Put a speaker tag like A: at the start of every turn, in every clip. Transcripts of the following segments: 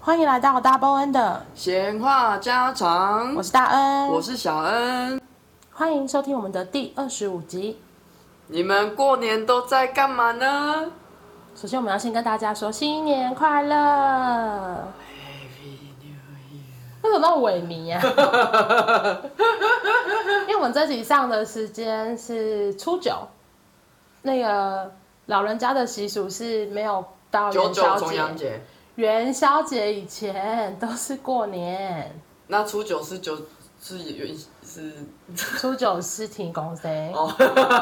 A: 欢迎来到大波恩的，
B: 闲话家常，
A: 我是大恩，
B: 嗯我是小恩。
A: 欢迎收听我们的第二十五集。
B: 你们过年都在干嘛呢
A: 首先，我们要先跟大家说新年快乐。
B: ？Happy New
A: 为什么那么萎靡呀、啊？因 为我们这集上的时间是初九，那个老人家的习俗是没有到
B: Year，九
A: 元宵
B: 九重阳
A: 节，
B: 节。
A: 元宵节以前都是过年，
B: 那初九是九是元是
A: 初九是停工噻。
B: 哦，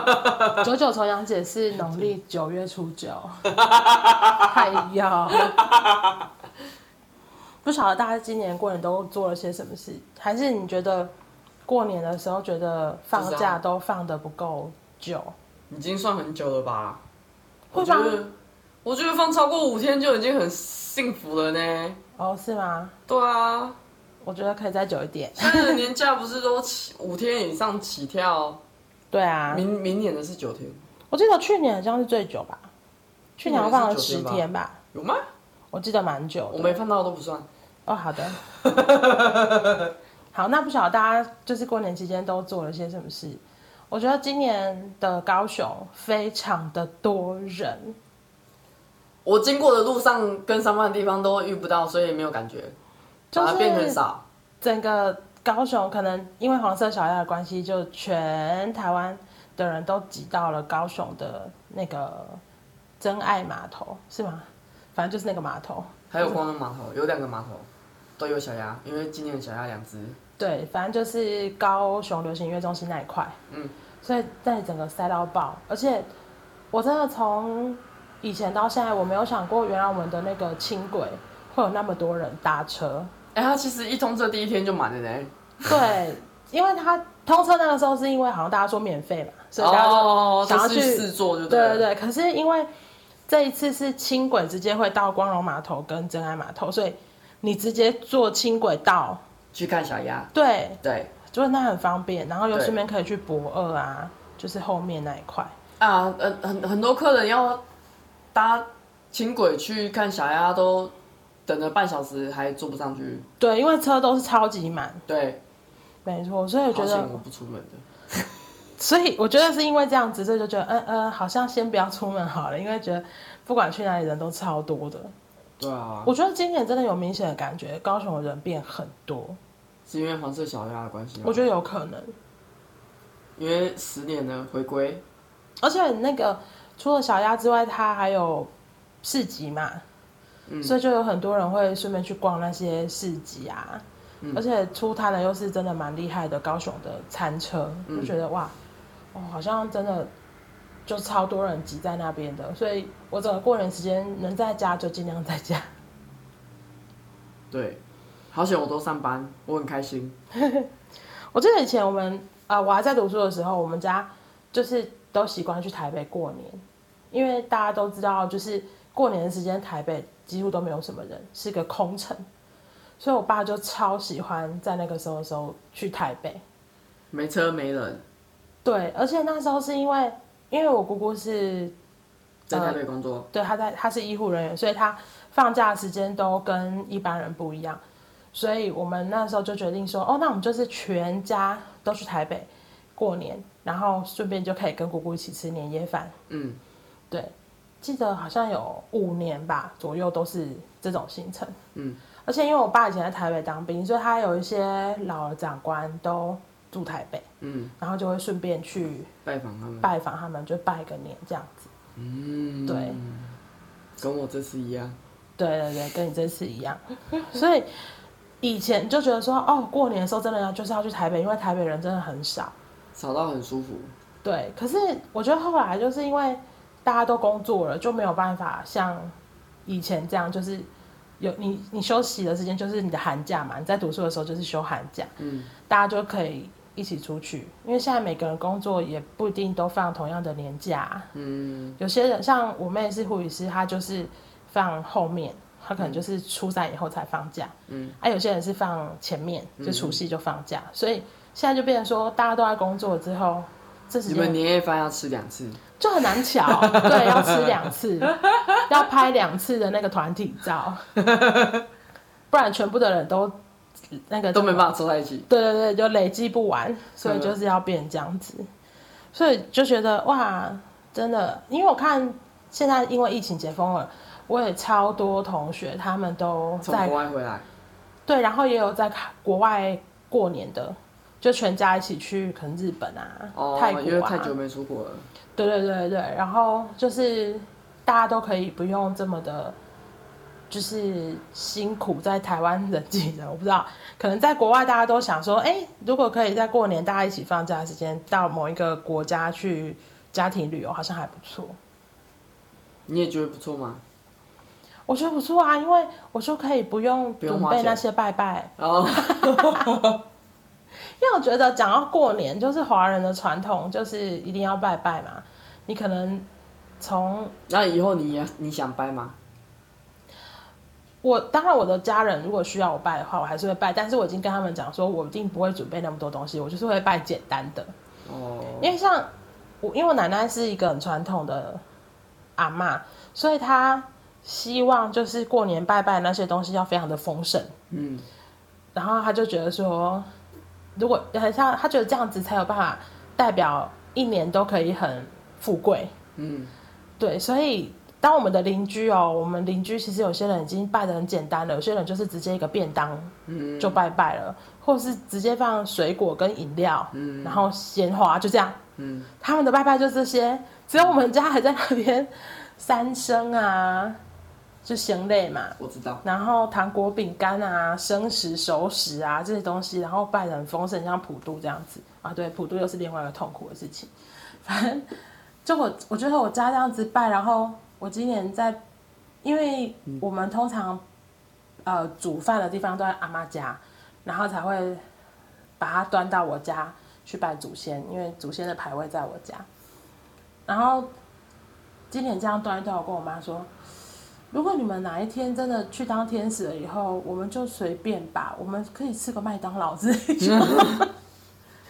A: 九九重阳节是农历九月初 九，哎呀，不晓得大家今年过年都做了些什么事，还是你觉得过年的时候觉得放
B: 就是
A: 假
B: 啊
A: 都放的不够久？
B: 已经算很久了吧？
A: 会
B: 我觉得我觉得放超过五天就已经很幸福了呢。
A: 哦，是吗？
B: 对啊，
A: 我觉得可以再久一点。
B: 现在的年假不是都起五天以上起跳？
A: 对啊，
B: 明明年的是九天，
A: 我记得去年好像是最久吧，去年好像放了十
B: 去年是九
A: 天
B: 天
A: 吧，
B: 有吗？
A: 我记得蛮久
B: 我
A: 的。
B: 没放到都不算。
A: 哦，好的。好，那不晓得大家就是过年期间都做了些什么事？我觉得今年的高雄非常的多人，
B: 我经过的路上跟上班的地方都遇不到，所以没有感觉，
A: 就
B: 反而变很
A: 是
B: 少。
A: 整个高雄可能因为黄色小鸭的关系，就全台湾的人都挤到了高雄的那个真爱码头，是吗？反正就是那个码头。
B: 还有光的码头，有两个码头都有小鸭，因为今年小鸭两只。
A: 对，反正就是高雄流行音乐中心那一块，
B: 嗯，
A: 所以那里整个塞到爆，而且我真的从以前到现在，我没有想过，原来我们的那个轻轨会有那么多人搭车，
B: 哎、它其实一通车第一天就满了呢。
A: 对，因为它通车那个时候是因为好像大家说免费嘛，所以大家就、
B: 哦
A: 想要
B: 就
A: 去
B: 是试坐就
A: 对对。
B: 了
A: 对，可是因为这一次是轻轨直接会到光荣码头跟真爱码头，所以你直接坐轻轨到，
B: 去看小鸭，
A: 对，
B: 对
A: 就是那很方便，然后又
B: 对
A: 顺便可以去博二啊，就是后面那一块。
B: 啊，呃，很很多客人要搭轻轨去看小鸭，都等了半小时还坐不上去。
A: 对，因为车都是超级满，
B: 对，
A: 没错，所以我觉
B: 好险
A: 得，
B: 我不出门的。
A: 所以我觉得是因为这样子，所以就觉得，嗯嗯，好像先不要出门好了，因为觉得不管去哪里人都超多的。
B: 对啊，
A: 我觉得今年真的有明显的感觉，高雄的人变很多，
B: 是因为黄色小鸭的关系吗？
A: 我觉得有可能。
B: 因为十年的回归，
A: 而且那个除了小鸭之外，它还有市集嘛，
B: 嗯
A: 所以就有很多人会顺便去逛那些市集啊。
B: 嗯
A: 而且出摊的又是真的蛮厉害的，高雄的餐车，
B: 嗯
A: 就觉得哇，哦，好像真的就超多人挤在那边的，所以我整个过年时间能在家就尽量在家。
B: 对，好险我都上班，我很开心。
A: 我记得以前我们啊、呃我还在读书的时候，我们家就是都习惯去台北过年，因为大家都知道，就是过年的时间台北几乎都没有什么人，是个空城，所以我爸就超喜欢在那个时候的时候去台北。
B: 没车没人，
A: 对，而且那时候是因为因为我姑姑是
B: 在台北工作，
A: 对，他在他是医护人员，所以他放假的时间都跟一般人不一样，所以我们那时候就决定说，哦，那我们就是全家都去台北过年，然后顺便就可以跟姑姑一起吃年夜饭。
B: 嗯，
A: 对，记得好像有五年吧左右都是这种行程。
B: 嗯，
A: 而且因为我爸以前在台北当兵，所以他有一些老的长官都住台北，
B: 嗯，
A: 然后就会顺便去
B: 拜访他们，
A: 拜访他们，就拜个年这样子。
B: 嗯，
A: 对，
B: 跟我这次一样，
A: 对对对，跟你这次一样。 所以以前就觉得说，哦，过年的时候真的要就是要去台北，因为台北人真的很少。
B: 吵到很舒服，
A: 对，可是我觉得后来就是因为大家都工作了，就没有办法像以前这样，就是有你你休息的时间就是你的寒假嘛，你在读书的时候就是休寒假，
B: 嗯，
A: 大家就可以一起出去，因为现在每个人工作也不一定都放同样的年假啊、
B: 嗯，
A: 有些人像我妹是护理师，她就是放后面，她可能就是初三以后才放假。
B: 嗯，
A: 啊，有些人是放前面，就除夕就放假，所以现在就变成说，大家都在工作之后，这时
B: 你们
A: 间
B: 年夜饭要吃两次，
A: 就很难 巧，对， 要吃两次，要拍两次的那个团体照。不然全部的人都那个
B: 都没办法凑在一起。
A: 对对对，就累积不
B: 嗯
A: 完，所以就是要变这样子，所以就觉得哇，真的，因为我看现在因为疫情解封了，我也超多同学他们都
B: 从
A: 在
B: 国外回来，
A: 对，然后也有在国外过年的，就全家一起去可能日本啊、
B: 哦
A: 泰国，啊，
B: 因为太久没出国了，
A: 对对对对，然后就是大家都可以不用这么的，就是辛苦在台湾人挤人。我不知道，可能在国外大家都想说，哎，如果可以在过年大家一起放假的时间到某一个国家去家庭旅游，好像还不错。
B: 你也觉得不错吗？
A: 我觉得不错啊，因为我就可以不用
B: 不用
A: 准
B: 花
A: 备
B: 钱
A: 那些拜拜，
B: 然后
A: 因为我觉得讲到过年，就是华人的传统，就是一定要拜拜嘛。你可能从
B: 那以后你也你想掰吗？
A: 我当然，我的家人如果需要我拜的话，我还是会拜。但是我已经跟他们讲说，我一定不会准备那么多东西，我就是会拜简单的。
B: 哦，
A: 因为像我，因为我奶奶是一个很传统的阿嬷，所以她希望就是过年拜拜那些东西要非常的丰盛。
B: 嗯，
A: 然后她就觉得说，如果很像，她觉得这样子才有办法代表一年都可以很富贵。
B: 嗯，
A: 对，所以当我们的邻居哦，我们邻居其实有些人已经拜的很简单了，有些人就是直接一个便当，
B: 嗯
A: 就拜拜了，或是直接放水果跟饮料，然后鲜花，就这样。
B: 嗯，
A: 他们的拜拜就这些，只有我们家还在那边 三牲啊，就行类嘛，
B: 我知道。
A: 然后糖果、饼干啊、生食、熟食啊这些东西，然后拜得很丰盛，像普渡这样子啊。对，普渡又是另外一个痛苦的事情。反正就我，我觉得我家这样子拜，然后我今年在，因为我们通常呃煮饭的地方都在阿妈家，然后才会把它端到我家去拜祖先，因为祖先的牌位在我家。然后今年这样端一端，我跟我妈说，如果你们哪一天真的去当天使了以后，我们就随便吧，我们可以吃个麦当劳之类的。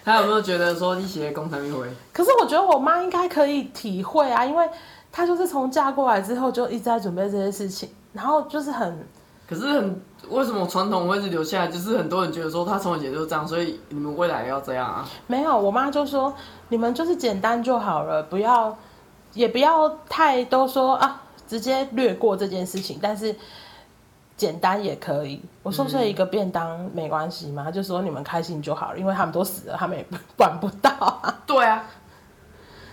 B: 他有没有觉得说你写工程一回？
A: 可是我觉得我妈应该可以体会啊，因为她就是从嫁过来之后就一直在准备这些事情，然后就是很
B: 可是很为什么传统会一直留下来？就是很多人觉得说他从小就这样，所以你们未来也要这样啊。
A: 没有。我妈就说你们就是简单就好了，不要也不要太都说啊，直接略过这件事情，但是。简单也可以，我说所以一个便当没关系嘛，她就说你们开心就好了，因为他们都死了，他们也不管不到啊。
B: 对啊，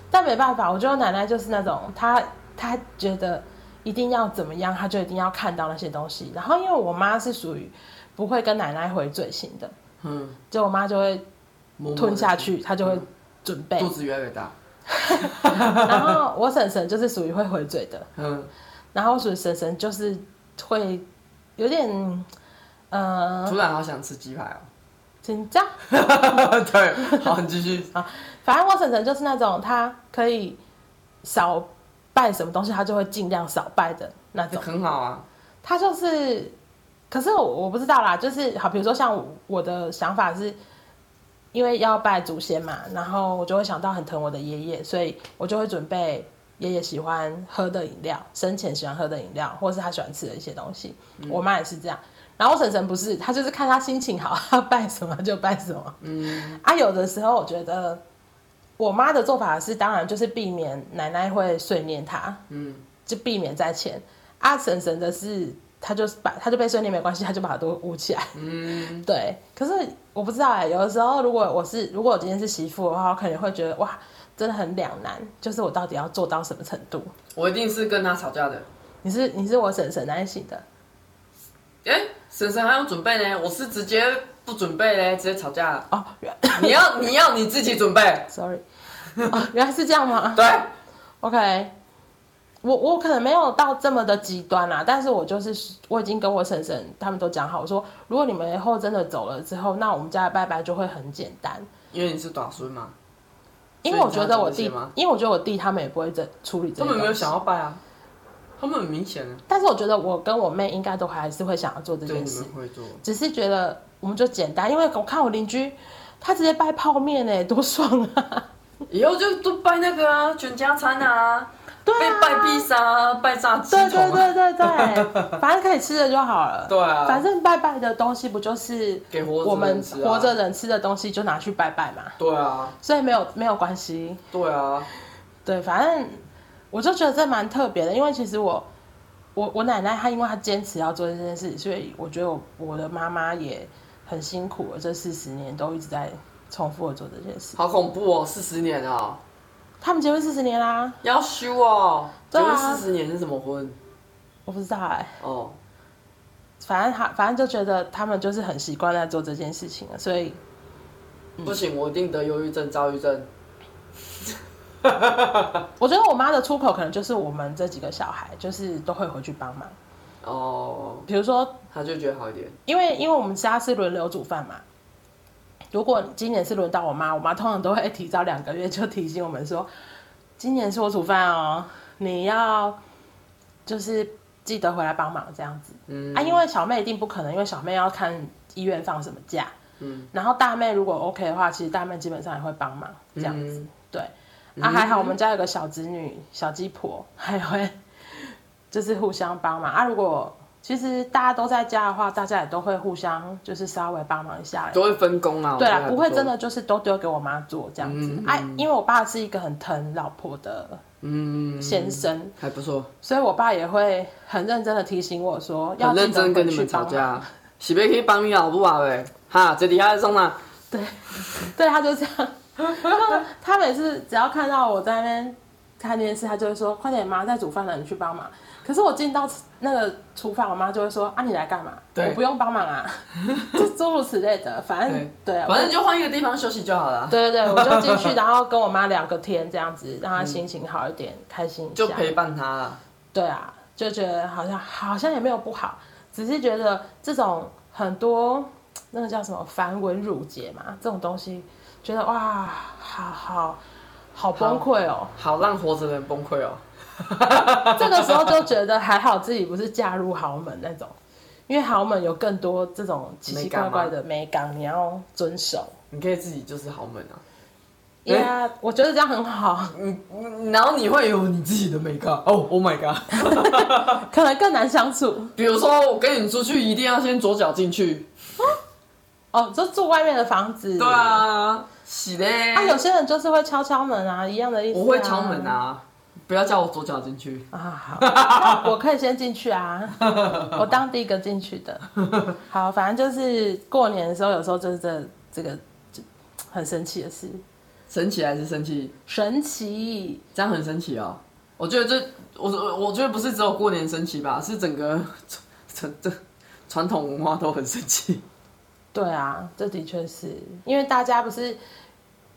A: 但没办法，我觉得我奶奶就是那种，她她觉得一定要怎么样，她就一定要看到那些东西。然后因为我妈是属于不会跟奶奶回嘴型的，
B: 嗯，
A: 就我妈就会
B: 默默地
A: 吞下去，她就会准备
B: 肚。子越来越大。
A: 然后我婶婶就是属于会回嘴的，
B: 嗯，
A: 然后我属于婶婶就是会有点呃
B: 突然好想吃鸡排哦。
A: 紧张。
B: 对，好，你继续。
A: 反正我婶婶就是那种她可以少拜什么东西，她就会尽量少拜的那种
B: 这。很好啊。
A: 他就是，可是我我不知道啦，就是好，比如说像我我的想法是，因为要拜祖先嘛，然后我就会想到很疼我的爷爷，所以我就会准备爷爷喜欢喝的饮料，生前喜欢喝的饮料，或是他喜欢吃的一些东西。我妈也是这样，然后我婶婶不是，她就是看她心情好，她拜什么就拜什么。
B: 嗯，
A: 啊，有的时候我觉得。我妈的做法是，当然就是避免奶奶会碎念她，
B: 嗯，
A: 就避免在前。阿婶婶的是，他就是把他就被碎念没关系，他就把它都捂起来。
B: 嗯，
A: 对，可是我不知道哎、有的时候如果我是如果我今天是媳妇的话，我可能会觉得哇，真的很两难，就是我到底要做到什么程度？
B: 我一定是跟他吵架的。
A: 你是你是我婶婶那一型的，
B: 哎、婶婶还有准备呢，我是直接不准备嘞，直接吵架了。
A: 哦原
B: 你 要你要你自己准备。
A: ，sorry，哦，原来是这样吗
B: 对，
A: ？OK，我我可能没有到这么的极端啦，但是我就是我已经跟我婶婶他们都讲好，我说如果你们以后真的走了之后，那我们家的拜拜就会很简单。
B: 因为你是短孙嘛，
A: 因为我觉得我
B: 所以
A: 弟
B: 你知道这些吗，
A: 因为我觉得我弟他们也不会这处理这
B: 他
A: 个，
B: 们没有想要拜啊，他们很明显啊，
A: 但是我觉得我跟我妹应该都还是会想要做这
B: 对
A: 件
B: 你
A: 事
B: 们，会做。
A: 只是觉得我们就简单，因为我看我邻居他直接欸 掰泡面哎、多爽啊！
B: 以后就都拜那个啊，全家餐啊，
A: 对
B: 被
A: 啊，
B: 拜披萨、拜炸鸡
A: 对对
B: 桶
A: 对
B: 啊，
A: 对 对，反正可以吃的就好了。
B: 对啊
A: 反正拜拜的东西不就是
B: 给活着
A: 我们
B: 人吃啊
A: 活着人吃的东西，就拿去拜拜嘛，
B: 对啊，
A: 所以没有没有关系。
B: 对啊，
A: 对，反正我就觉得这蛮特别的，因为其实我我我奶奶她因为她坚持要做这件事，所以我觉得我我的妈妈也很辛苦了，这四十年都一直在重复的做这件事。
B: 好恐怖哦，四十年啊，
A: 他们结婚四十年啦，
B: 要修哦，结
A: 对啊
B: 婚四十年是什么婚？
A: 我不知道哎、
B: 哦，
A: 反正她反正就觉得他们就是很习惯在做这件事情了，所以嗯
B: 不行，我一定得忧郁症、躁郁症。
A: 我觉得我妈的出口可能就是我们这几个小孩，就是都会回去帮忙，
B: 哦，
A: 比如说
B: 他就觉得好一点。
A: 因为因为我们家是轮流煮饭嘛，如果今年是轮到我妈，我妈通常都会提早两个月就提醒我们说，今年是我煮饭哦，你要就是记得回来帮忙这样子、
B: 嗯
A: 啊，因为小妹一定不可能，因为小妹要看医院放什么假，
B: 嗯，
A: 然后大妹如果 OK 的话，其实大妹基本上也会帮忙这样子，
B: 嗯
A: 对，啊还好我们家有个小侄女小鸡婆，还会就是互相帮忙啊。如果其实大家都在家的话，大家也都会互相就是稍微帮忙一下。
B: 都会分工啊。
A: 对
B: 我觉得还
A: 啦，
B: 不
A: 不会
B: 错
A: 真。的就是都丢给我妈做这样子。
B: 嗯
A: 哎、因为我爸是一个很疼老婆的
B: 嗯，
A: 先生，
B: 还不错，
A: 所以我爸也会很认真的提醒我说，要
B: 很认
A: 记得
B: 真跟
A: 回
B: 你
A: 去
B: 们吵
A: 帮忙
B: 架。是要去帮你老母啊喂，哈，这底下送啦。
A: 对，他就这样。他他每次只要看到我在那边看电视，他就会说：“快点，妈在煮饭了，你去帮忙。”可是我进到那个厨房，我妈就会说：“啊，你来干嘛？
B: 对
A: 我不用帮忙啊。” 就诸如此类的，反正对，
B: 反正
A: 我
B: 就换一个地方休息就好了，
A: 对对啊对，我就进去，然后跟我妈聊个天，这样子让她心情好一点，开心一
B: 就
A: 下。
B: 陪伴他啦。
A: 对啊，就觉得好像好像也没有不好，只是觉得这种很多那个叫什么繁文缛节嘛，这种东西，觉得哇，好好好崩溃哦。
B: 好让活着的人崩溃哦。
A: 这个时候就觉得还好自己不是嫁入豪门那种，因为豪门有更多这种奇奇怪怪的美感，你要遵守。
B: 你可以自己就是豪门啊，
A: 呀、我觉得这样很好，
B: 你你然后你会有你自己的美感哦，Oh my god！
A: 可能更难相处
B: 比如说我跟你出去，一定要先左脚进去。
A: 哦。就住外面的房子，
B: 对，啊，洗嘞。
A: 啊，有些人就是会敲敲门啊，一样的意思、
B: 我会敲门。啊，不要叫我左脚进去。
A: 啊，好， 那我可以先进去啊， 我当第一个进去的。好，反正就是过年的时候，有时候就是这这个就很神奇的事，
B: 神奇还是生气？
A: 神奇。
B: 这样很神奇哦。我觉得这，我我我觉得不是只有过年神奇吧，是整个 传这传统文化都很神奇。
A: 对啊，这的确是因为大家不是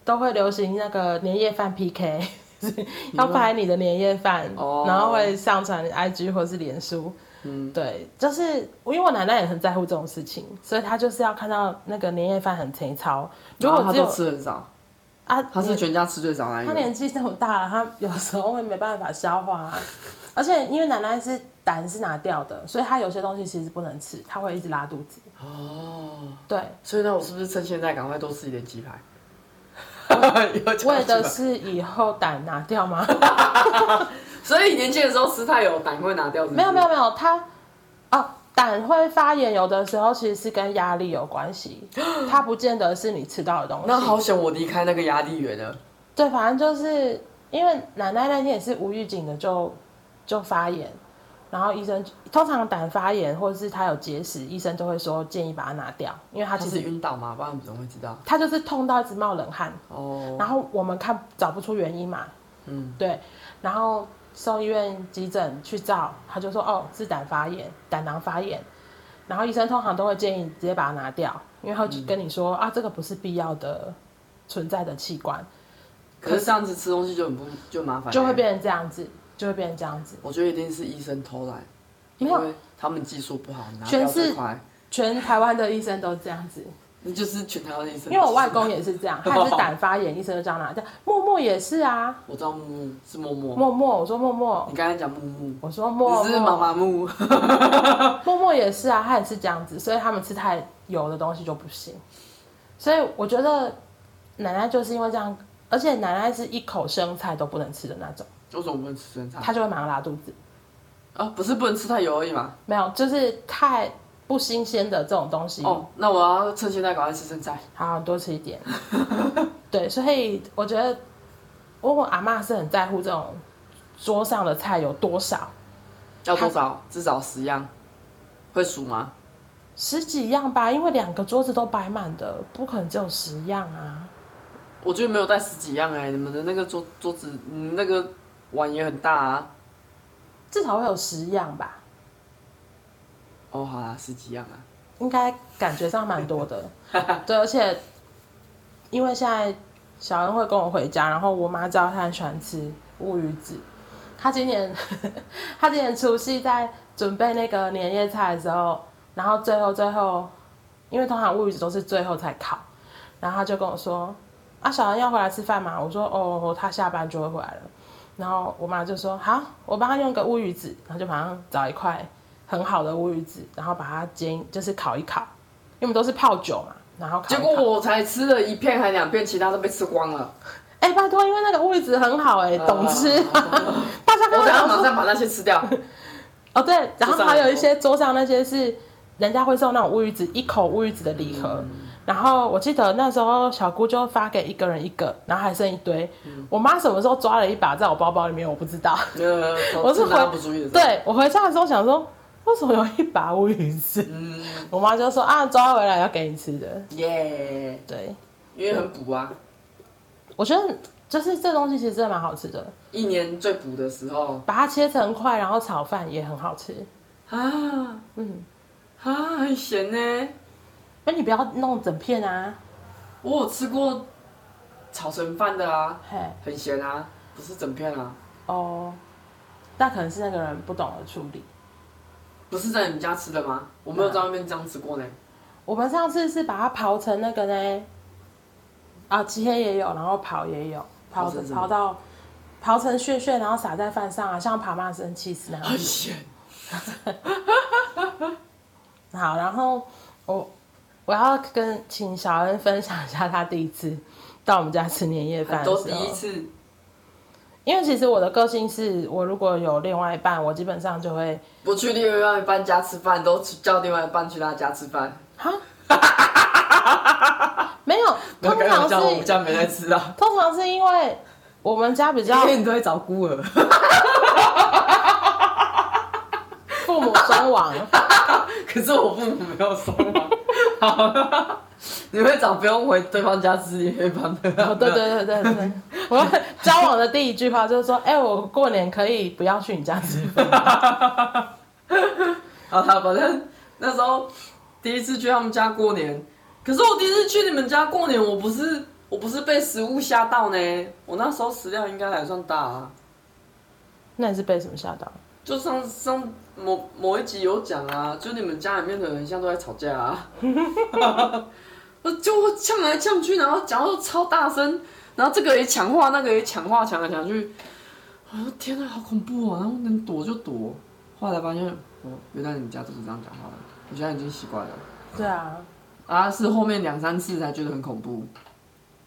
A: 都会流行那个年夜饭 PK，所 以要拍你的年夜饭，
B: 哦
A: 然后会上传 IG 或是脸书。
B: 嗯，
A: 对，就是因为我奶奶也很在乎这种事情，所以她就是要看到那个年夜饭很粗糙。如
B: 然
A: 果
B: 后
A: 只
B: 他
A: 有
B: 都吃很少，
A: 啊，
B: 他是全家吃最少那一
A: 他
B: 个。
A: 年纪这么大了，他有时候会没办法消化、啊，而且因为奶奶是胆是拿掉的，所以她有些东西其实不能吃，她会一直拉肚子。
B: 哦，
A: 对，
B: 所以呢，我是不是趁现在赶快多吃一点鸡 排？以后就要
A: 为
B: 吃吧
A: 的是以后胆拿掉吗？
B: 所以年轻的时候吃太油，胆会拿掉是不是
A: 没有没有没有，她哦胆会发炎，有的时候其实是跟压力有关系，它不见得是你吃到的东西。
B: 那好险，我离开那个压力源了。
A: 对，反正就是因为奶奶那天也是无预警的就就发炎，然后医生通常胆发炎或者是他有结石，医生都会说建议把它拿掉，因为他
B: 他
A: 其
B: 其实
A: 实
B: 晕倒嘛，不然怎么会知道？
A: 他就是痛到一直冒冷汗，
B: 哦，
A: 然后我们看找不出原因嘛，
B: 嗯，
A: 对，然后送医院急诊去照，他就说哦是胆发炎，胆囊发炎，然后医生通常都会建议直接把它拿掉，因为他会跟你说、啊这个不是必要的存在的器官，
B: 可是这样子吃东西就很不就麻烦，
A: 就会。变成这样子，就会变成这样子。
B: 我觉得一定是医生偷懒，
A: 没
B: 因
A: 有
B: 为他们技术不好，拿
A: 全
B: 掉
A: 是
B: 最快。
A: 全台湾的医生都这样子，
B: 那就是全台湾的医生。
A: 因为我外公也是这样，他也是胆发炎，医生就这样拿掉。默默也是啊，
B: 我知道木木是默默，
A: 默默，我说默默，
B: 你刚才讲木木，
A: 我说默
B: 哦你是妈
A: 默，
B: 妈木，
A: 默默也是啊，他也是这样子，所以他们吃太油的东西就不行。所以我觉得奶奶就是因为这样，而且奶奶是一口生菜都不能吃的那种，
B: 为什么不能吃生菜？
A: 他就会马上拉肚子。
B: 啊，不是不能吃太油而已嘛。
A: 没有，就是太不新鲜的这种东西，
B: 哦，那我要趁现在赶快吃生菜。
A: 好多吃一点。 对，所以我觉得我我阿嬷是很在乎这种桌上的菜有多少，
B: 要多少？至少十样。会数吗？
A: 十几样吧，因为两个桌子都摆满的，不可能只有十样啊。
B: 我觉得没有带十几样哎、你们的那个桌桌子，你们那个碗也很大啊。
A: 至少会有十样吧，
B: 哦，好啦，十几样啊。
A: 应该感觉上蛮多的。 对，而且因为现在小恩会跟我回家，然后我妈知道她很喜欢吃乌鱼子。她今年， 她今年除夕在准备那个年夜菜的时候，然后最后最后，因为通常乌鱼子都是最后才烤，然后她就跟我说：“啊，小恩要回来吃饭嘛？”我说：“哦，她下班就会回来了。”然后我妈就说：“好，我帮她用个乌鱼子。”然后就马上找一块很好的乌鱼子，然后把它煎，就是烤一烤，因为我们都是泡酒嘛，然后烤一
B: 结
A: 烤
B: 果我才吃了一片还两片，其他都被吃光 了。
A: 哎、拜托，因为那个位置很好哎、懂吃。 大家刚
B: 呃我等下
A: 刚
B: 马
A: 说
B: 上把那些吃掉。
A: 哦，对，然后
B: 桌上
A: 还有
B: 有
A: 一些桌上那些是人家会送那种乌鱼子一口乌鱼子的礼盒，
B: 嗯
A: 然后我记得那时候小姑就发给一个人一个，然后还剩一堆。
B: 嗯
A: 我妈什么时候抓了一把在我包包里面，我不知道。
B: 呃，
A: 我是
B: 拿
A: 回
B: 不注意的。，
A: 对我回家的时候想说，为什么有一把乌鱼子？
B: 嗯，
A: 我妈就说啊，抓回来要给你吃的。
B: 耶、
A: 对，
B: 因为很补啊，
A: 我觉得就是这东西其实真的蛮好吃的，
B: 一年最补的时候
A: 把它切成块，然后炒饭也很好吃。
B: 啊
A: 嗯，
B: 啊，很咸呢、
A: 那你不要弄整片啊，
B: 我有吃过炒成饭的啊，
A: 嘿，
B: 很咸啊，不是整片啊，
A: 哦，那可能是那个人不懂得处理。
B: 不是在你们家吃的吗？我没有
A: 啊
B: 在外面这样吃过呢。
A: 我们上次是把它刨成那个呢，啊，漆黑也有，然后刨也有，刨
B: 刨成
A: 成
B: 什么
A: 刨到刨成屑屑，然后撒在饭上啊，像爬妈生气死那样
B: 很。咸，
A: 好，然后我我要跟请小恩分享一下他第一次 到我们家吃年夜饭的
B: 都是
A: 时
B: 第
A: 候
B: 一，次
A: 因为其实我的个性是我如果有另外一半，我基本上就会
B: 不去另外一半家吃饭，都去叫另外一半去他家吃饭。
A: 哈， 没有，通
B: 跟
A: 常
B: 我家我
A: 是
B: 们家没在吃 啊，
A: 通常是因为我们家比较
B: 因为你都会找孤儿。
A: 父母双 亡，
B: 可是我父母没有收啊。 好了，你会找不用回对方家吃也会帮的。
A: 哦，对对对对对，我交往的第一句话就是说，哎、我过年可以不要去你家吃 饭，
B: 好了，反正那时候第一次去他们家过年，可是我第一次去你们家过年，我不是我不是被食物吓到呢，我那时候食量应该还算大啊。
A: 那你是被什么吓到？
B: 就上上某某一集有讲啊，就你们家里面的人像都在吵架啊， 我就呛来呛去，然后讲到超大声，然后这个也抢话，那个也抢话，抢来抢去，我说天啊，好恐怖啊！然后能躲就躲，后来发现哦，原来你们家都是这样讲话的，我现在已经习惯了。
A: 对啊，
B: 啊，是后面两三次才觉得很恐怖。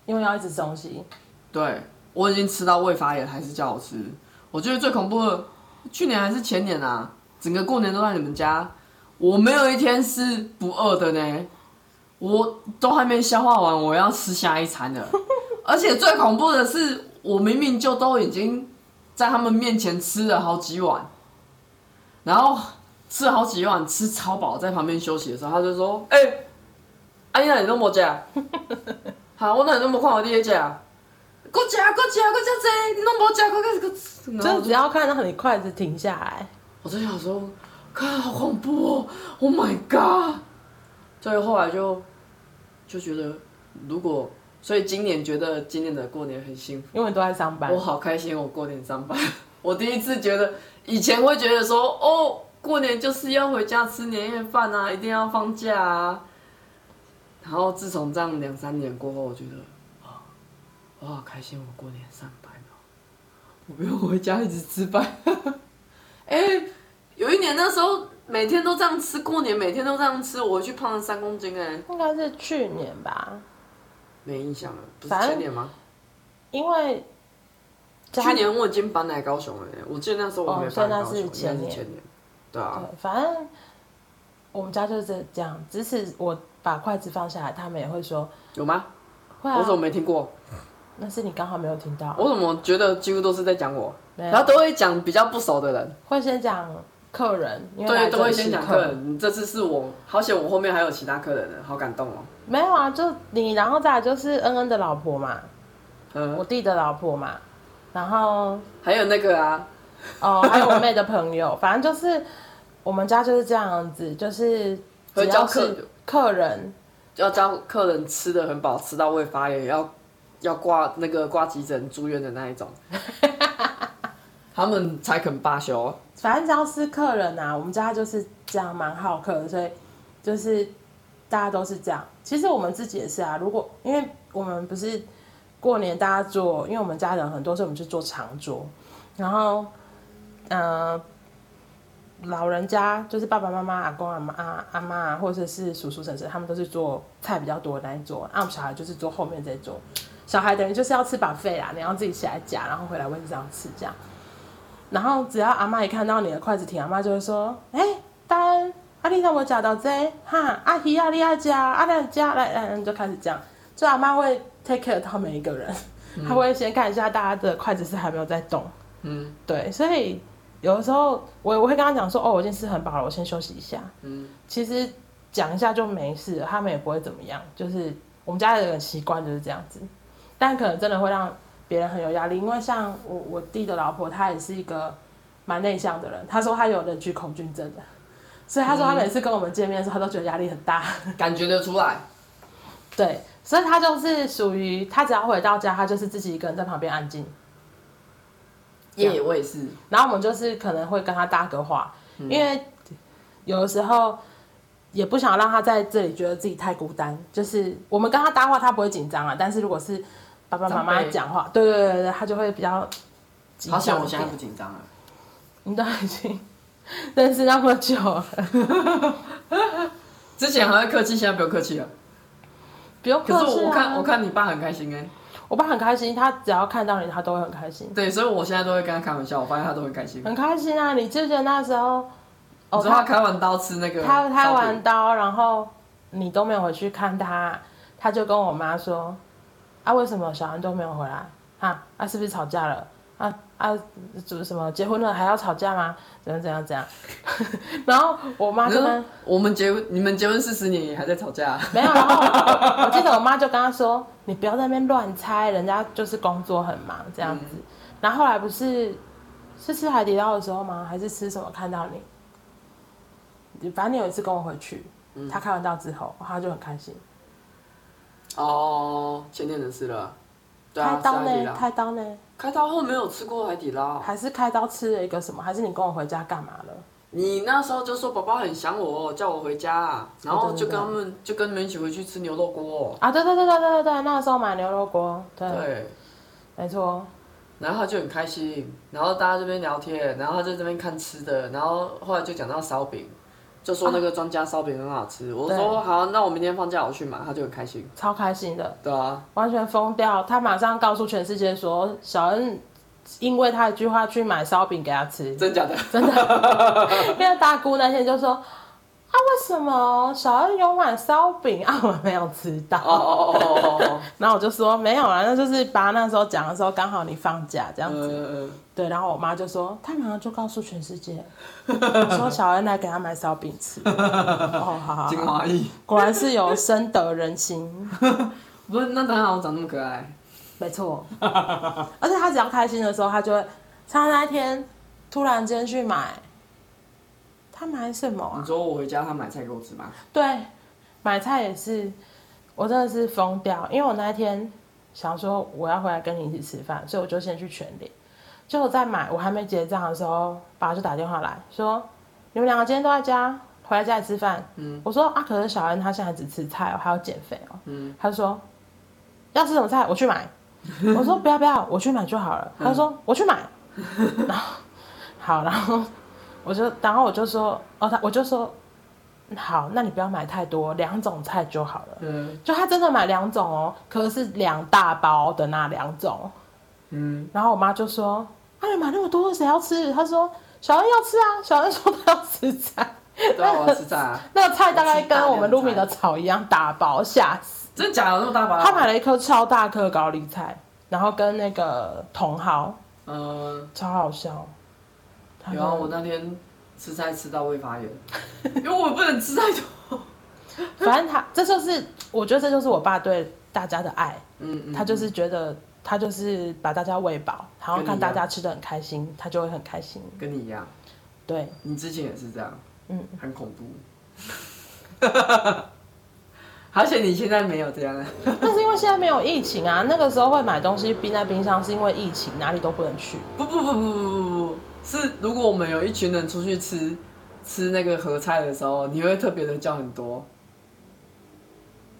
A: 因为要一直吃东西，
B: 对我已经吃到胃发炎，还是叫我吃。我觉得最恐怖的，去年还是前年啊，整个过年都在你们家，我没有一天是不饿的呢。我都还没消化完，我要吃下一餐了。而且最恐怖的是，我明明就都已经在他们面前吃了好几碗，然后吃了好几碗，吃超饱，在旁边休息的时候，他就说：“哎、阿姨那你都没吃啊？ 好，我那你都没看我你在吃啊？”过吃，过吃，过吃这，你拢无吃，快开始
A: 就
B: 然
A: 是
B: 后
A: 只要看到你筷子停下来，
B: 我在想说，看好恐怖哦，Oh my god！所以后来就就觉得，如果所以今年觉得今年的过年很幸福。
A: 因为你都在上班
B: 我，好开心，我过年上班。 我第一次觉得，以前会觉得说，哦，过年就是要回家吃年夜饭啊，一定要放假啊。然后自从这样两三年过后，我觉得，啊、我好开心，我过年上班哦，我不用回家一直吃饭。 哎、有一年那时候每天都这样吃，过年每天都这样吃，我回去胖了三公斤哎、
A: 应该是去年吧，
B: 没印象了，不是
A: 反正
B: 前年吗？
A: 因为家
B: 去年我已经搬来高雄了耶，我记得那时候我没
A: 哦所以
B: 搬来
A: 那
B: 高雄，
A: 是
B: 应该是
A: 前年
B: 前年。对啊，
A: 对，反正我们家就是这样，即使我把筷子放下来，他们也会说
B: 有吗？
A: 会
B: 我
A: 啊
B: 怎么，没听过？
A: 那是你刚好没有听到，
B: 我怎么觉得几乎都是在讲我，
A: 没
B: 然后
A: 有，
B: 都会讲比较不熟的人，
A: 会先讲客人，因为
B: 对，
A: 来
B: 都
A: 这
B: 会
A: 里
B: 先
A: 是
B: 讲客人。你这次是我，好险，我后面还有其他客人呢，好感动哦。
A: 没有啊，就你，然后再来就是恩恩的老婆嘛，
B: 嗯，
A: 我弟的老婆嘛，然后
B: 还有那个啊，
A: 哦，还有我妹的朋友，反正就是我们家就是这样子，就是只
B: 会教
A: 要
B: 客
A: 是客人，
B: 要教客人吃的很饱，吃到胃发炎，要要挂那个挂急诊住院的那一 种，他们才肯罢休。哦
A: 反正只要是客人啊，我们家就是这样，蛮好客的，所以就是大家都是这样。其实我们自己也是啊，如果因为我们不是过年大家做，因为我们家人很多，所以我们就做长桌，然后呃。老人家就是爸爸妈妈、阿公、阿妈、阿阿妈，啊或者是叔叔、婶婶，他们都是做菜比较多的那一桌，啊，我们小孩就是做后面这一桌。小孩等于就是要吃把费啦，你要自己起来夹，然后回来位置上吃这样。然后只要阿妈一看到你的筷子停，阿妈就会说：“哎、丹，阿丽让我夹到这，啊哈，阿姨阿丽要夹，阿亮夹来，来，来就开始这样。所以阿妈会 take care 到每一个人，她会先看一下大家的筷子是还没有在动。
B: 嗯
A: 对，所以有的时候我我会跟他讲说：哦，我已经吃很饱了，我先休息一下。
B: 嗯，
A: 其实讲一下就没事了，他们也不会怎么样。就是我们家的人习惯就是这样子，但可能真的会让别人很有压力，因为像我我弟的老婆，她也是一个蛮内向的人，她说她有人居恐惧症的，所以她说她每次跟我们见面的时候，她都觉得压力很大。
B: 感觉得出来。
A: 对，所以她就是属于她只要回到家，她就是自己一个人在旁边安静。
B: 耶，我也是。
A: 然后我们就是可能会跟他搭个话，
B: 嗯
A: 因为有的时候也不想让他在这里觉得自己太孤单。就是我们跟他搭话，他不会紧张啊，但是如果是爸爸妈妈
B: 长辈
A: 讲话，对对对对对，他就会比较紧
B: 好
A: 张一点。
B: 险，我现在不紧张了。
A: 你都已经 认识那么久了，
B: 之前还会客气，现在不用客气了。
A: 不用客气、
B: 可
A: 啊、
B: 是我看我看你爸很开心哎，
A: 我爸很开心，他只要看到你，他都会很开心，
B: 对，所以我现在都会跟他开玩笑，我发现他都很开心。
A: 很开心啊！你记不记得那时候？哦
B: 你知道他开完刀吃那个
A: 他开
B: 烧饼
A: 完刀，然后你都没有回去看他，他就跟我妈说：“啊，为什么小安都没有回来？啊啊，是不是吵架了？啊啊，怎么什么结婚了还要吵架吗？怎样怎样怎 样？”然后我妈
B: 你
A: 就
B: 说
A: 跟
B: 嗯我们结婚，你们结婚四十年也还在吵架、啊
A: 没有，然后我我记得我妈就跟他说：“你不要在那边乱猜，人家就是工作很忙这样子。
B: 嗯
A: 然后后来不是是吃海底捞的时候吗？还是吃什么看到你？反正你有一次跟我回去，
B: 嗯
A: 他开完刀之后，他就很开心，
B: 哦，前年的事了。对
A: 开
B: 啊，
A: 刀
B: 吃海底
A: 呢，
B: 捞
A: 开刀呢，
B: 开刀后没有吃过海底捞。
A: 还是开刀吃了一个什么？还是你跟我回家干嘛了？
B: 你那时候就说宝宝很想我，叫我回家、啊然后就跟他们就跟你们一起回去吃牛肉锅。
A: 啊，对对对对对对对，那个时候买牛肉锅，对，
B: 对，
A: 没错，
B: 然后他就很开心，然后大家这边聊天，然后他在这边看吃的，然后后来就讲到烧饼，就说那个庄家烧饼很好吃。我说好，那我明天放假我去买，他就很开心。
A: 超开心的。
B: 对啊，
A: 完全疯掉，他马上告诉全世界说，小恩因为他一句话去买烧饼给他吃，
B: 真假的？
A: 真的。因为大姑那天就说，啊，为什么小恩有买烧饼 啊？我没有吃到。
B: 哦哦哦哦哦，
A: 然后我就说没有啊啦，那就是爸那时候讲的时候刚好你放假这样子。
B: 嗯，
A: 对，然后我妈就说，她马上就告诉全世界，说小恩来给他买烧饼 吃。哦，好好
B: 金
A: 好，
B: 华义。
A: 果然是有深得人心。
B: 不是，那当然我长那么可爱。
A: 没错， 而且他只要开心的时候，他就会。他那一天突然间去买，他买什么啊
B: 你？说我回家他买菜给我吃吗？
A: 对，买菜也是，我真的是疯掉，因为我那一天想说我要回来跟你一起吃饭，所以我就先去全联。结果在买，我还没结账的时候，爸就打电话来说：“你们两个今天都在家，回来家里吃饭。”嗯，我说：“啊，可是小恩他现在只吃菜、哦，还要减肥哦。”嗯，他就说：“要吃什么菜，我去买。” 我说：“不要不要，我去买就好了。”他说：“我去买。”然后好，然后我就，然后我就说：“哦，他我就说好，那你不要买太多，两种菜就好了。”
B: 嗯，
A: 就他真的买两种哦，可是两大包的那两种，嗯，然后我妈就说：“啊，你买那么多，谁要吃？”她说：“小恩要吃啊。”小恩说她要吃菜，
B: 对啊，我要吃菜啊！
A: 那个菜大概
B: 我吃大
A: 跟我们
B: 量的
A: 路米的草一样大包，吓死！
B: 真假的那么大把？
A: 她买了一颗超大颗的高丽菜，然后跟那个茼蒿，
B: 嗯，
A: 超好笑。她
B: 有啊，
A: 说
B: 我那天吃菜吃到胃发炎，因为我不能吃太多。
A: 反正他这就是，我觉得这就是我爸对大家的爱，
B: 嗯嗯，
A: 他就是觉得他就是把大家喂饱，然后
B: 跟
A: 看
B: 你一样
A: 大家吃的很开心，他就会很开心。
B: 跟你一样，
A: 对，
B: 你之前也是这样，
A: 嗯，
B: 很恐怖。 而且你现在没有这样了，啊
A: 但是因为现在没有疫情啊，那个时候会买东西冰在冰箱，是因为疫情哪里都不能去。
B: 不不不不不不不，是如果我们有一群人出去吃吃那个合菜的时候，你会特别的叫很多，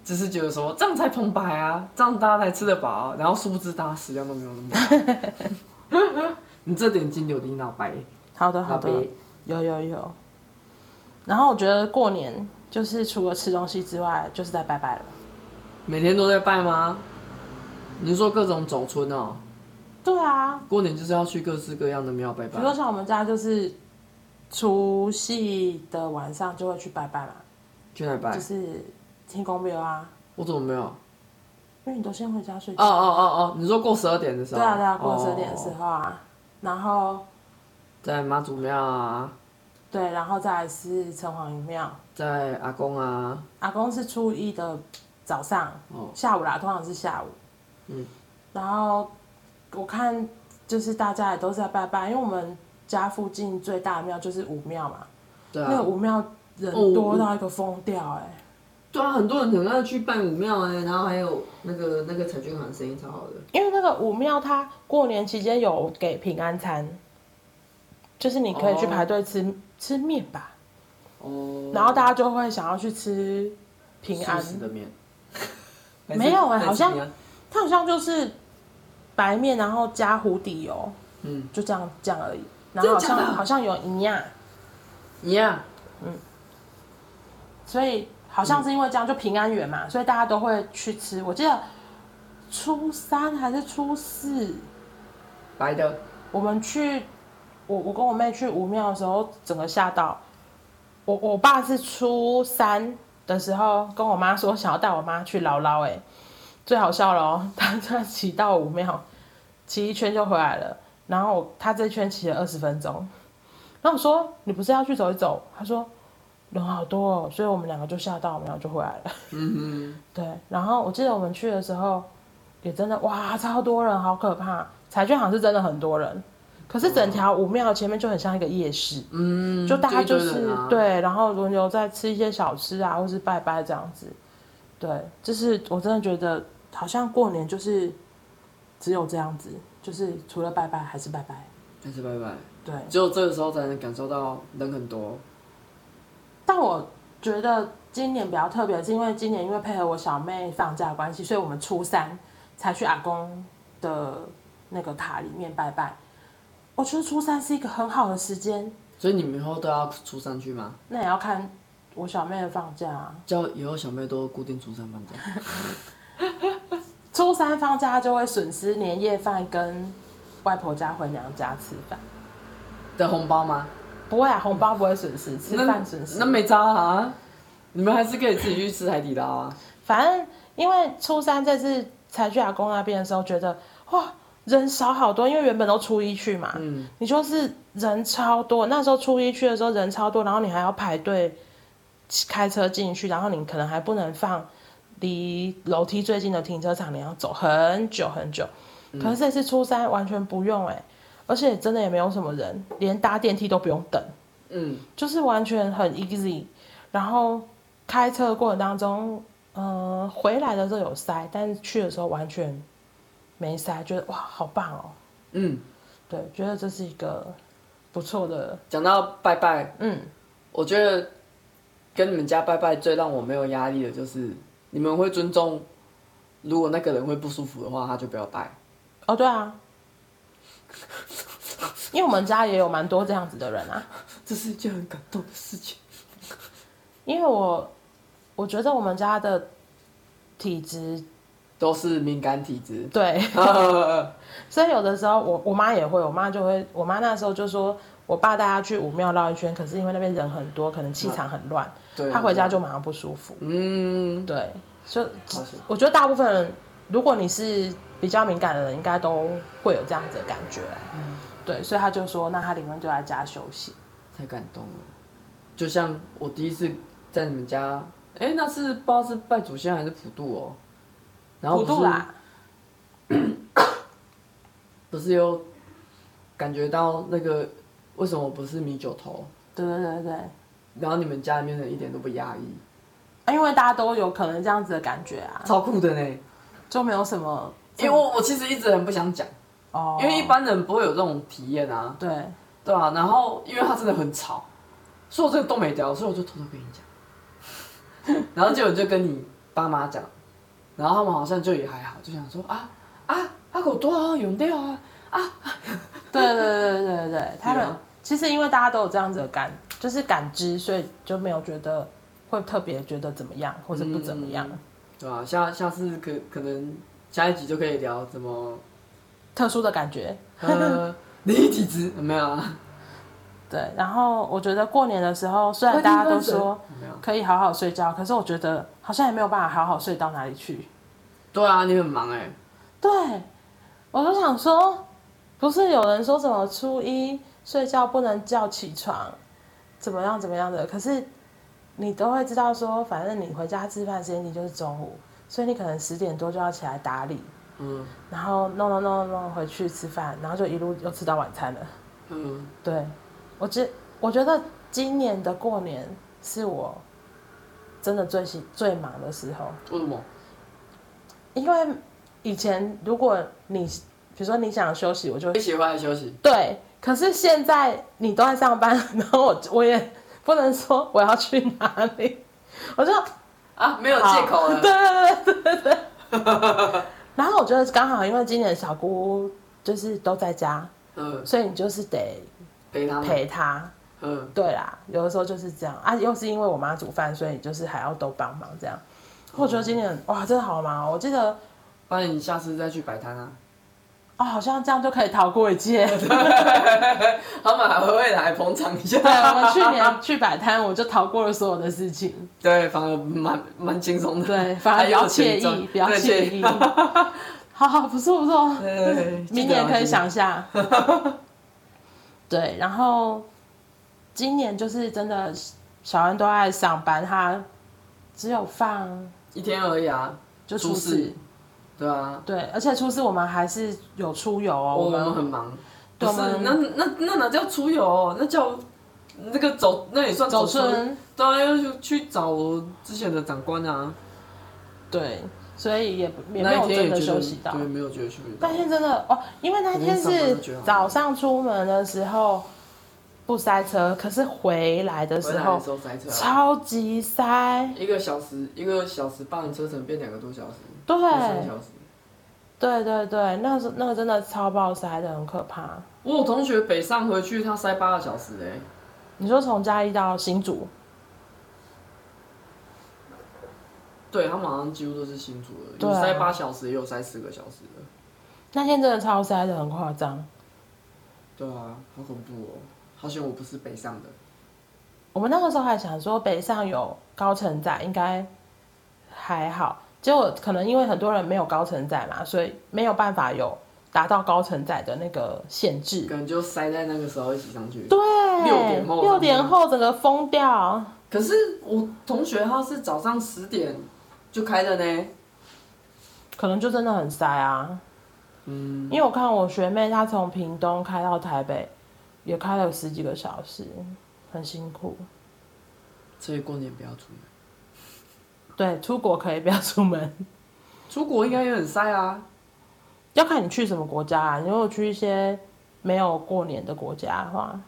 B: 只是觉得说这样才澎湃啊，这样大家才吃得饱啊、然后殊不知大家食量都没有那么大。 你这点金牛的脑白，
A: 好的，好
B: 脑
A: 的
B: 白，，
A: 有有有。然后我觉得过年就是除了吃东西之外，就是在拜拜了。
B: 每天都在拜吗？你是说各种走村哦，
A: 对啊，
B: 过年就是要去各式各样的庙拜
A: 比
B: 拜
A: 如。说像我们家就是除夕的晚上就会去拜拜嘛，
B: 去哪里拜
A: 就？是天公庙啊。
B: 我怎么没有？哦
A: 因为你都先回家睡觉。
B: 哦哦哦，你说过十二点的时候？
A: 对啊对啊，过了十点的时
B: 哦
A: 候啊，然后
B: 在妈祖庙啊，
A: 对，然后再来是城隍庙，
B: 在阿公啊，
A: 阿公是初一的早上，
B: 哦
A: 下午啦，通常是下午。
B: 嗯，
A: 然后我看就是大家也都在拜拜，因为我们家附近最大的庙就是武庙嘛，
B: 对
A: 那个
B: 啊，
A: 武庙人多到一个疯掉哎、
B: 对啊，很多人很爱去拜武庙哎、然后还有那个那个彩券行生意超好的，
A: 因为那个武庙它过年期间有给平安餐，就是你可以去
B: 哦
A: 排队吃、吃面吧，嗯
B: 哦，
A: 然后大家就会想要去吃平安
B: 素食的面，
A: 没有哎
B: 还是
A: 好像
B: 还是平安
A: 它好像就是白面，然后加糊底油，
B: 嗯
A: 就这样这样而已。然后好
B: 真的假
A: 像
B: 的
A: 好像有啊营养，
B: 一样，
A: 所以好像是因为这样就平安园嘛，所以大家都会去吃。我记得初三还是初四，
B: 白的，
A: 我们去我我跟我妹去武庙的时候，整个吓到。我我爸是初三的时候跟我妈说想要带我妈去姥姥，哎，最好笑了哦，他他骑到武庙，骑一圈就回来了，然后他这一圈骑了二十分钟，然后我说你不是要去走一走？他说人好多哦，所以我们两个就吓到，我们两个就回来了。
B: 嗯哼，
A: 对，然后我记得我们去的时候，也真的哇，超多人，好可怕！彩券行是真的很多人，可是整条武庙前面就很像一个夜市，
B: 嗯，
A: 就大家就
B: 一堆
A: 是
B: 人啊，
A: 对，然后轮流在吃一些小吃啊，或是拜拜这样子。对，就是我真的觉得好像过年就是只有这样子，就是除了拜拜还是拜拜。
B: 还是拜拜，
A: 对，
B: 只有这个时候才能感受到人很多，
A: 但我觉得今年比较特别，是因为今年因为配合我小妹放假的关系，所以我们初三才去阿公的那个塔里面拜拜。我觉得初三是一个很好的时间，
B: 所以你们以后都要初三去吗？
A: 那也要看我小妹的放假、啊。
B: 叫以后小妹都固定初三放假，
A: 初三放假就会损失年夜饭跟外婆家回娘家吃饭，
B: 的红 包吗？
A: 不会啊，红包不会损失，吃
B: 那
A: 饭损失
B: 那。没差啊，你们还是可以自己去吃海底捞啊。
A: 反正因为初三这次才去阿公那边的时候，觉得哇人少好多，因为原本都初一去嘛，
B: 嗯，
A: 你就是人超多。那时候初一去的时候人超多，然后你还要排队开车进去，然后你可能还不能放离楼梯最近的停车场，你要走很久很久。可是这次初三完全不用哎、而且真的也没有什么人，连搭电梯都不用等。
B: 嗯，
A: 就是完全很 easy。然后开车的过程当中，嗯、回来的时候有塞，但是去的时候完全没塞，觉得哇，好棒哦！
B: 嗯，
A: 对，觉得这是一个不错的，
B: 讲到拜拜，
A: 嗯，
B: 我觉得跟你们家拜拜最让我没有压力的就是你们会尊重，如果那个人会不舒服的话，他就不要拜。
A: 哦，对啊， 因为我们家也有蛮多这样子的人啊，
B: 这是一件很感动的事情。
A: 因为我我觉得我们家的体质。
B: 都是敏感体质
A: 对，
B: 呃
A: 所以有的时候我我妈也会，我妈就会，我妈那时候就说，我爸带她去武庙绕一圈，可是因为那边人很多，可能气场很乱，
B: 对，
A: 她回家就马上不舒服。
B: 嗯，
A: 对，所以
B: 好险
A: 我觉得大部分人，如果你是比较敏感的人，应该都会有这样子的感觉。
B: 嗯
A: 对，所以他就说，那他宁愿就在家休息。
B: 太感动了。就像我第一次在你们家，哎、那次不知道是拜祖先还是普渡哦，然后
A: 普
B: 不是
A: 渡啦，
B: 不是有感觉到那个为什么不是米酒头？
A: 对对对对，啊
B: 然后你们家里面人一点都不压抑，
A: 因为大家都有可能这样子的感觉啊，
B: 超酷的呢。
A: 就没有什么
B: 因为我我其实一直很不想讲，
A: 哦，
B: 因为一般人不会有这种体验啊，
A: 对
B: 对啊。然后因为他真的很吵，所以我这个都没掉，所以我就偷偷跟你讲。 然后结果就跟你爸妈讲，然后他们好像就也还好，就想说啊啊，阿狗多啊，有掉啊，
A: 对对对对对对，他
B: 对
A: 们
B: 啊
A: 其实因为大家都有这样子的感，就是感知，所以就没有觉得会特别觉得怎么样或者不怎么样。
B: 嗯对啊。下下次可可能下一集就可以聊怎么
A: 特殊的感觉。
B: 呃灵异体质有没有啊？
A: 对，然后我觉得过年的时候，虽然大家都说
B: 有没有？
A: 可以好好睡觉，可是我觉得好像也没有办法好好睡到哪里去。
B: 对啊，你很忙哎、
A: 对，我就想说，不是有人说什么初一睡觉不能叫起床，怎么样怎么样的，可是你都会知道说，反正你回家吃饭时间你就是中午，所以你可能十点多就要起来打理，
B: 嗯
A: 然后弄弄弄弄弄回去吃饭，然后就一路又吃到晚餐了。
B: 嗯，
A: 对，我觉我觉得今年的过年是我真的最喜最忙的时候，
B: 为什么？
A: 因为以前如果你比如说你想休息，我就
B: 一起回来休息。
A: 对，可是现在你都在上班，然后我 我也不能说我要去哪里， 我就
B: 啊，没有借口
A: 好
B: 了。
A: 对对对对对对。然后我觉得刚好因为今年小姑就是都在家，
B: 嗯，
A: 所以你就是得
B: 陪他们。
A: 陪她。
B: 嗯，
A: 对啦，有的时候就是这样啊，又是因为我妈煮饭，所以就是还要都帮忙这样。我觉得今年哇，真的好忙哦！我记得
B: 不然你下次再去摆摊啊。
A: 啊、好像这样就可以逃过一劫。
B: 他们还会来捧场一 下。
A: 对，啊我们去年去摆摊，我就逃过了所有的事情。
B: 对，反而蛮蛮轻 松的。
A: 对，反而
B: 还
A: 比
B: 有
A: 较惬
B: 钱赚
A: 意，比较
B: 对
A: 惬意。好好，不错不 错，
B: 对，
A: 明年可以
B: 记得
A: 想
B: 啊。
A: 下。对，然后今年就是真的，小安都在上班，他只有放
B: 一天而已啊，
A: 就
B: 初
A: 初
B: 四
A: 四。
B: 对啊。
A: 对，而且初四我们还是有出游哦，
B: 我
A: 我
B: 们
A: 们
B: 很忙。不
A: 对
B: 是
A: 我们，
B: 那那那哪叫出游？那叫那个走，那也算
A: 走
B: 村。
A: 春，
B: 对啊，要去去找我之前的长官啊。
A: 对，所以也不也没
B: 那
A: 有
B: 一天
A: 真
B: 也
A: 的
B: 觉
A: 休
B: 得
A: 息到
B: 对，。没有觉得休息到
A: 那。天真的哦，因为那天
B: 昨天上班
A: 是
B: 就觉得好
A: 早上出门的时候不塞车，可是回来的
B: 回
A: 时
B: 来
A: 候
B: 的时候塞车啊。
A: 超级塞。
B: 一个小时，一个小时半车程变两个多小时，
A: 对
B: 快三小时。
A: 对对对，那时候那个真的超爆塞的，很可怕。
B: 我有同学北上回去，他塞八个小时哎、
A: 你说从嘉义到新竹，
B: 对他们好像几乎都是新竹的，
A: 对
B: 有
A: 啊
B: 塞八小时，也有塞十个小时的。
A: 那天真的超塞的，很夸张。
B: 对啊，好恐怖哦！好险我不是北上的，
A: 我们那个时候还想说北上有高承载应该还好，结果可能因为很多人没有高承载嘛，所以没有办法有达到高承载的那个限制。
B: 可能就塞在那个时候一起上去。
A: 对，
B: 六点后
A: 六点后整个疯掉。
B: 可是我同学他是早上十点就开的呢。
A: 可能就真的很塞啊。嗯，因为我看我学妹她从屏东开到台北，也开了十几个小时，很辛苦。
B: 所以过年不要出门，
A: 对，出国可以不要出门，
B: 出国应该也很塞啊。
A: 要看你去什么国家啊。你如果去一些没有过年的国家的话，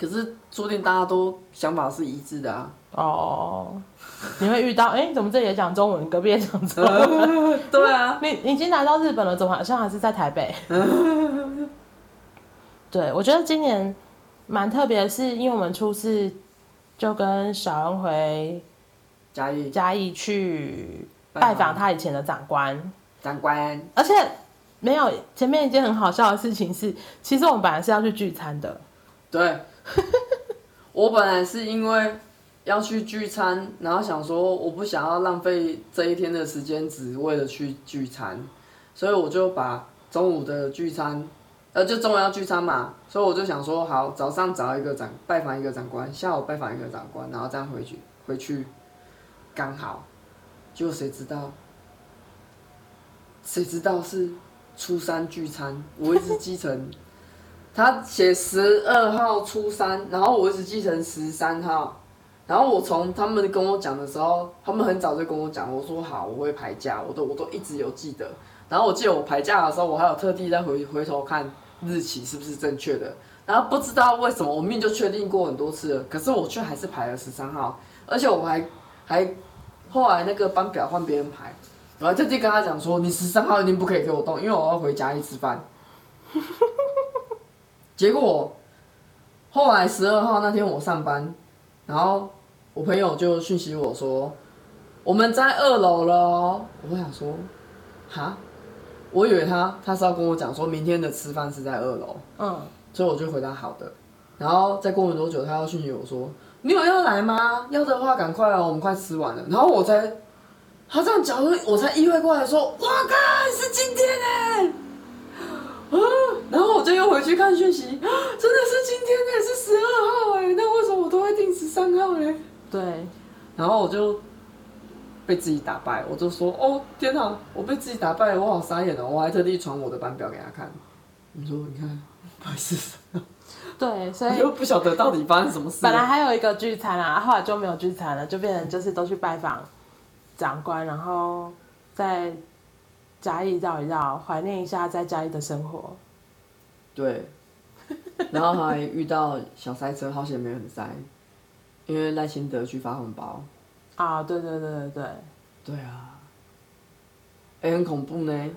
B: 可是说不定大家都想法是一致的啊。
A: 哦，你会遇到哎、怎么这里也讲中文，隔壁也讲中文？
B: 对啊，
A: 你你已经来到日本了，怎么好像还是在台 北？对，我觉得今年蛮特别，是因为我们初四就跟小恩回
B: 嘉义
A: 嘉义去拜访他以前的长官，
B: 长官，
A: 而且没有前面一件很好笑的事情是，其实我们本来是要去聚餐的，
B: 对， 我本来是因为要去聚餐，然后想说我不想要浪费这一天的时间，只为了去聚餐，所以我就把中午的聚餐，呃，就中午要聚餐嘛，所以我就想说，好，早上找一个长拜访一个长官，下午拜访一个长官，然后这样回去回去，刚好，就谁知道，谁知道是初三聚餐，我一直记成。他写十二号初三，然后我一直记成十三号，然后我从他们跟我讲的时候，他们很早就跟我讲，我说好，我会排假，我都我都一直有记得。然后我记得我排假的时候，我还有特地再回回头看日期是不是正确的。然后不知道为什么，我明明就确定过很多次了，可是我却还是排了十三号，而且我还还后来那个班表换别人排，我还特地跟他讲说，你十三号一定不可以给我动，因为我要回家里吃饭。结果后来十二号那天我上班，然后我朋友就讯息我说我们在二楼了哦。我想说，哈，我以为他他是要跟我讲说明天的吃饭是在二楼，
A: 嗯，
B: 所以我就回答好的。然后再过没多久，他要讯息我说你有要来吗？要的话赶快哦，我们快吃完了。然后我才他这样讲，我才意外过来说，哇靠，是今天哎、啊，然后我就又回去看讯息，啊真的是今天呢、是十二号哎、那为什么我都会定十三号呢？
A: 对，
B: 然后我就被自己打败，我就说哦天哪，我被自己打败，我好傻眼哦！我还特地传我的班表给他看，你说你看，不好意思，
A: 对，所
B: 我
A: 以
B: 又不晓得到底发生什么事
A: 本。来还有一个聚餐啊，后来就没有聚餐了，就变成就是都去拜访长官，然后在嘉义绕一绕，怀念一下在嘉义的生活。
B: 对， 然后还遇到小塞车，好险没有很塞，因为赖清德去发红包。
A: 啊，对对对对对，
B: 对啊，哎、很恐怖呢。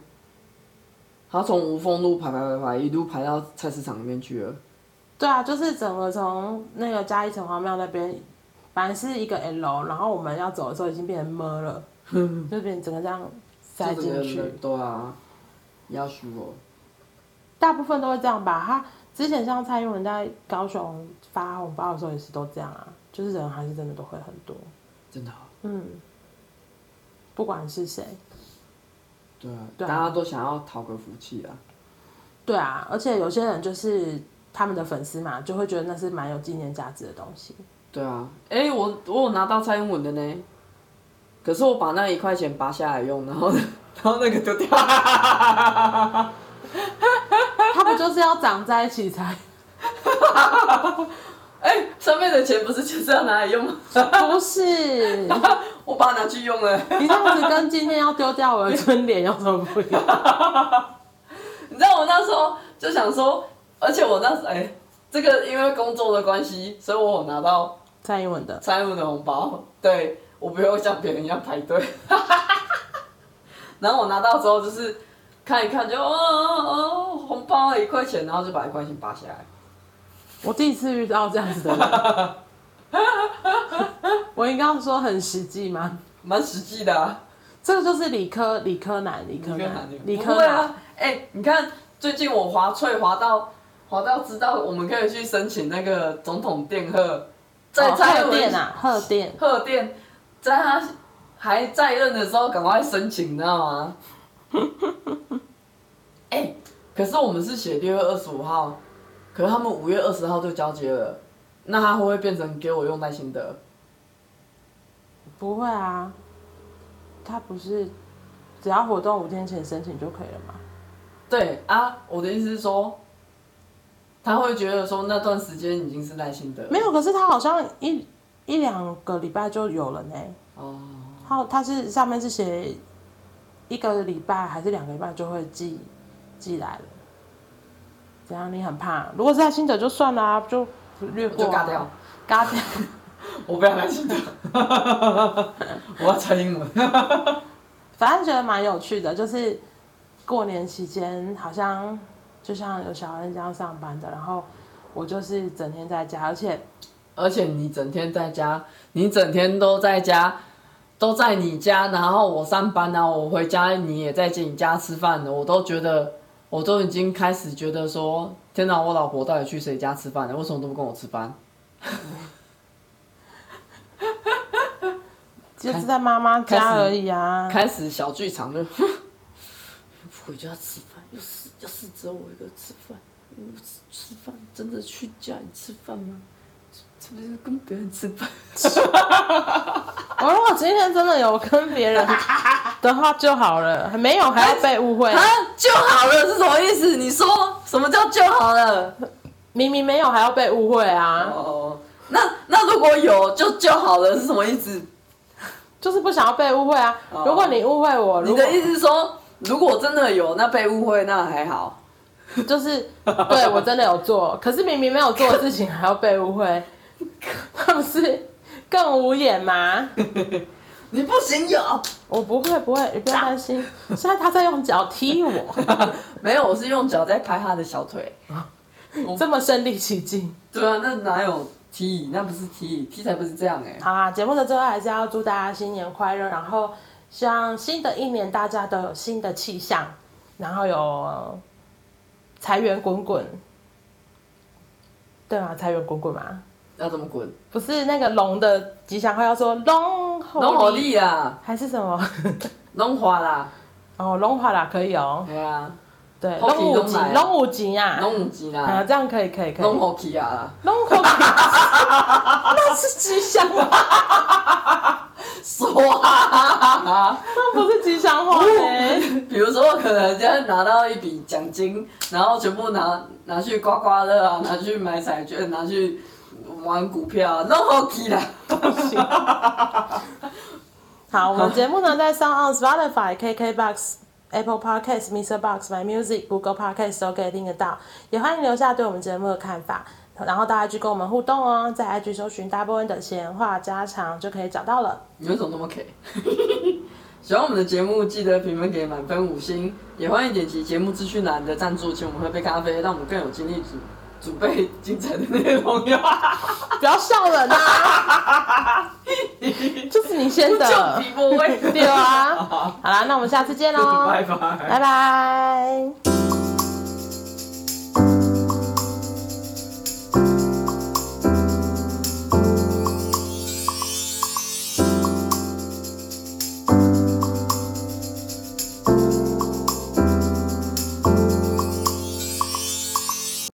B: 他从无缝路排排排排，一路排到菜市场里面去了。
A: 对啊，就是整个从那个嘉义城隍庙那边，本来是一个 L，然后我们要走的时候已经变成么了，就变成整个这样塞
B: 这整
A: 进
B: 个
A: 去。
B: 人对啊，要输哦。
A: 大部分都会这样吧。他之前像蔡英文在高雄发红包的时候也是都这样啊，就是人还是真的都会很多。
B: 真的哦、
A: 嗯，不管是谁，
B: 对啊，
A: 对啊
B: 大家都想要讨个福气啊。
A: 对啊，而且有些人就是他们的粉丝嘛，就会觉得那是蛮有纪念价值的东西。
B: 对啊，哎、我我有拿到蔡英文的呢，可是我把那一块钱拔下来用，然后 然后那个丢掉。
A: 它不就是要长在一起 才？
B: 哎、 上面的钱不是就是要拿来用吗？
A: 不是，
B: 我把它拿去用了。
A: 你这样子跟今天要丢掉我的春联有什么不一样？
B: 你知道我那时候就想说，而且我那时哎、这个因为工作的关系，所以我有拿到
A: 蔡英文的，
B: 蔡英文的红包，对我不用像别人一样排队。 然后我拿到之后就是看一看就，哦哦哦，红包一块钱，然后就把一块钱拔下来。
A: 我第一次遇到这样子的人。我应该要说很实际吗？
B: 蛮实际的啊，
A: 这个就是理科理科男，理科男，理
B: 不
A: 科
B: 会
A: 男
B: 啊，哎、你看最近我滑翠滑到滑到知道我们可以去申请那个总统电贺，在
A: 哦
B: 蔡英
A: 贺
B: 文
A: 电啊，贺电，
B: 贺电在他还在任的时候赶快申请，你知道吗？ 哎、可是我们是写六月二十五号，可是他们五月二十号就交接了，那他会不会变成给我用耐心的？
A: 不会啊，他不是只要活动五天前申请就可以了吗？
B: 对啊，我的意思是说，他会觉得说那段时间已经是耐心的
A: 没有，可是他好像一一两个礼拜就有了呢。
B: 哦，
A: 他他是上面是写一个礼拜还是两个礼拜就会寄寄来了。怎样？你很怕？如果是在新者就算了、啊，就略
B: 我
A: 过、
B: 就
A: 啊，
B: 尬掉，，
A: 嘎掉。
B: 我不要耐心的， 我要猜英文。
A: 反正觉得蛮有趣的，就是过年期间好像就像有小恩这样上班的，然后我就是整天在家，而且
B: 而且你整天在家，你整天都在家，都在你家，然后我上班啊，我回家你也在你家吃饭的，我都觉得，我都已经开始觉得说，天哪，我老婆到底去谁家吃饭了？为什么都不跟我吃饭？
A: 其实是在妈妈家而已啊。
B: 开始小剧场就， 回家吃饭，又是又是只有我一个吃饭，嗯吃吃饭真的去家里吃饭吗？是不是跟别人吃饭？
A: 我如果今天真的有跟别 人的话就好了，没有还要被误会
B: 啊。，就好了是什么意思？你说什么叫就好了？
A: 明明没有还要被误会啊，
B: 哦，那那如果有就就好了是什么意思？
A: 就是不想要被误会啊。如果你误会我，
B: 哦你
A: 如果
B: 的意思是说，如果真的有，那被误会那还好。
A: 就是 对我真的有做，可是明明没有做的事情还要被误会，那不是更无眼吗？
B: 你不行有，
A: 我不会不会，你不要担心。现在他在用脚踢我，
B: 没有，我是用脚在拍他的小腿。
A: 这么身临其境。
B: 对啊，那哪有踢？那不是踢，踢才不是这样哎、
A: 好啊啦，节目的最后还是要祝大家新年快乐，然后希望新的一年大家都有新的气象，然后有财源滚滚，对啊，财源滚滚嘛，
B: 要怎么滚？
A: 不是那个龙的吉祥话要说龙
B: 龙火力啊，
A: 还是什么？
B: 龙华啦，
A: 哦，龙华啦，可以哦，
B: 对啊，
A: 对，
B: 后期
A: 龙五级
B: 龙来，啊
A: 龙五级啊，
B: 龙五级
A: 啊，
B: 啦，
A: 这样可以，可以，可以，
B: 龙火气啊，
A: 龙虎，那啊是啊吉祥话，
B: 啊唰！
A: 那不是吉祥话呢。
B: 比如说，可能现在拿到一笔奖金，然后全部拿拿去刮刮乐啊，拿去买彩券，拿去玩股票啊，弄好起啦。
A: 好，我们节目呢在 s o n g on Spotify、KKBox、Apple Podcast、Mr. Box、My Music、Google Podcast 都可以听得到，也欢迎留下对我们节目的看法，然后到 IG 跟我们互动哦，在 IG 搜寻大波恩的闲话家常就可以找到了。
B: 你为什么那么 K？喜欢我们的节目，记得评分给满分五星，也欢迎点击节目资讯栏的赞助，请我们喝杯咖啡，让我们更有精力准准备精彩的内容哟。
A: 不要笑人 啊！就是你先的
B: 就，皮波位，
A: 对啊。好啦，那我们下次见喽，
B: 拜拜。
A: 哦拜拜